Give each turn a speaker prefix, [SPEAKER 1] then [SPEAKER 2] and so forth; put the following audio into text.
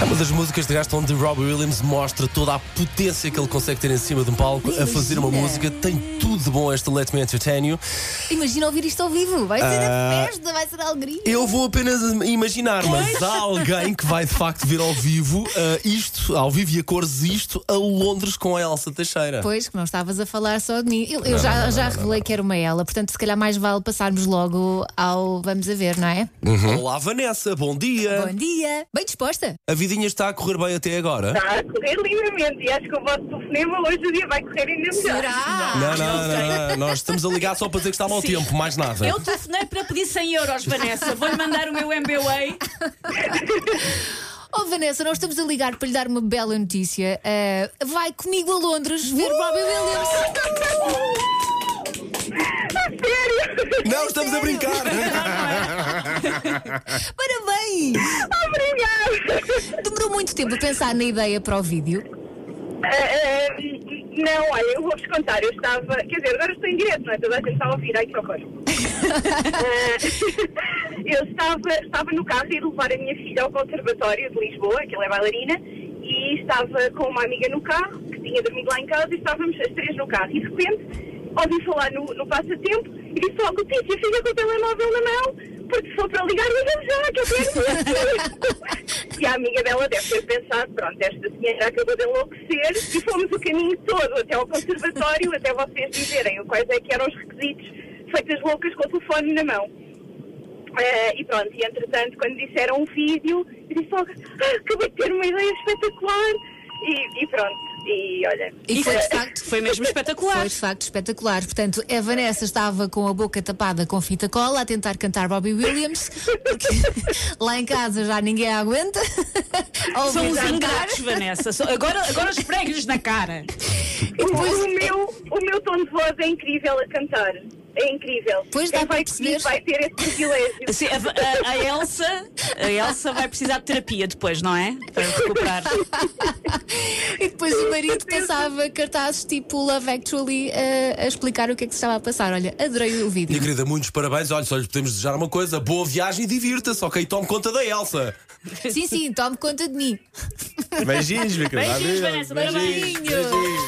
[SPEAKER 1] É uma das músicas de gasto onde Robbie Williams mostra toda a potência que ele consegue ter em cima de um palco a fazer uma
[SPEAKER 2] Imagina.
[SPEAKER 1] música. Tem tudo de bom este Let Me Entertain You.
[SPEAKER 2] Imagina ouvir isto ao vivo. Vai ser a festa, vai ser a alegria.
[SPEAKER 1] Eu vou apenas imaginar, mas há alguém que vai de facto ver ao vivo ah, isto, ao vivo e a cores, isto a Londres com a Elsa Teixeira.
[SPEAKER 2] Pois, que não estavas a falar só de mim. Eu, eu já, já revelei que era uma ela, portanto, se calhar mais vale passarmos logo ao vamos a ver, não é?
[SPEAKER 1] Olá, Vanessa, bom dia.
[SPEAKER 2] Bom dia! Bem disposta?
[SPEAKER 1] A vidinha está a correr bem até agora?
[SPEAKER 3] Está a correr lindamente e acho que o vosso telefonema hoje o dia vai correr ainda melhor.
[SPEAKER 1] Não, não, não, não, nós estamos a ligar só para dizer que está mau tempo, mais nada.
[SPEAKER 4] Eu telefonei para pedir 100 euros, Vanessa. Vou-lhe mandar o meu MBA.
[SPEAKER 2] Oh, Vanessa, nós estamos a ligar para lhe dar uma bela notícia. Ah, vai comigo a Londres ver Robbie Williams.
[SPEAKER 1] Uh!
[SPEAKER 3] A sério?
[SPEAKER 1] Não, estamos a brincar!
[SPEAKER 2] Parabéns!
[SPEAKER 3] Obrigada!
[SPEAKER 2] Demorou muito tempo a pensar na ideia para o vídeo.
[SPEAKER 3] Ah, ah, não, olha, eu vou-vos contar. Eu estava. Quer dizer, agora estou em direto, não é? Toda a gente está a ouvir. Ai, que horror. Ah, eu estava, estava no carro a ir levar a minha filha ao Conservatório de Lisboa, que ela é bailarina, e estava com uma amiga no carro, que tinha dormido lá em casa, e estávamos as três no carro. E de repente ouvi falar no, no passatempo e disse logo: Tícia, fica com o telemóvel na mão, porque se for para ligar, liga-me já, que eu quero. e a amiga dela deve ter pensado: pronto, esta senhora acabou de enlouquecer, e fomos o caminho todo até ao conservatório, até vocês dizerem quais é que eram os requisitos feitas loucas com o telefone na mão. Eh, e pronto, e entretanto, quando disseram um vídeo, eu disse logo, ah, acabei de ter uma ideia espetacular. E, e pronto, e olha.
[SPEAKER 2] E foi de facto.
[SPEAKER 4] Foi mesmo espetacular.
[SPEAKER 2] Foi de facto espetacular. Portanto, a Vanessa estava com a boca tapada com fita cola a tentar cantar Bobby Williams, porque lá em casa já ninguém aguenta. Ao
[SPEAKER 4] São
[SPEAKER 2] ouvir
[SPEAKER 4] os
[SPEAKER 2] cantar.
[SPEAKER 4] engates, Vanessa. São- Agora, agora os pregos na cara.
[SPEAKER 2] E
[SPEAKER 3] O,
[SPEAKER 2] depois-
[SPEAKER 3] o meu, o meu tom de voz é incrível a cantar. É incrível.
[SPEAKER 2] Pois dá
[SPEAKER 3] Quem
[SPEAKER 2] para
[SPEAKER 3] vai
[SPEAKER 2] perceber.
[SPEAKER 3] comigo vai ter esse privilégio.
[SPEAKER 4] Assim, a, a- a Elsa, a Elsa vai precisar de terapia depois, não é? Para recuperar.
[SPEAKER 2] E depois o marido passava cartazes tipo Love Actually a, a explicar o que é que se estava a passar. Olha, adorei o
[SPEAKER 1] Minha
[SPEAKER 2] vídeo.
[SPEAKER 1] querida, muitos parabéns. Olha, só lhes podemos desejar uma coisa: boa viagem e divirta-se, ok? Tome conta da Elsa.
[SPEAKER 2] Sim, sim, tome conta de mim.
[SPEAKER 1] Beijinhos, minha querida.
[SPEAKER 4] Beijinhos, Vanessa. Parabéns.
[SPEAKER 2] Beijinhos.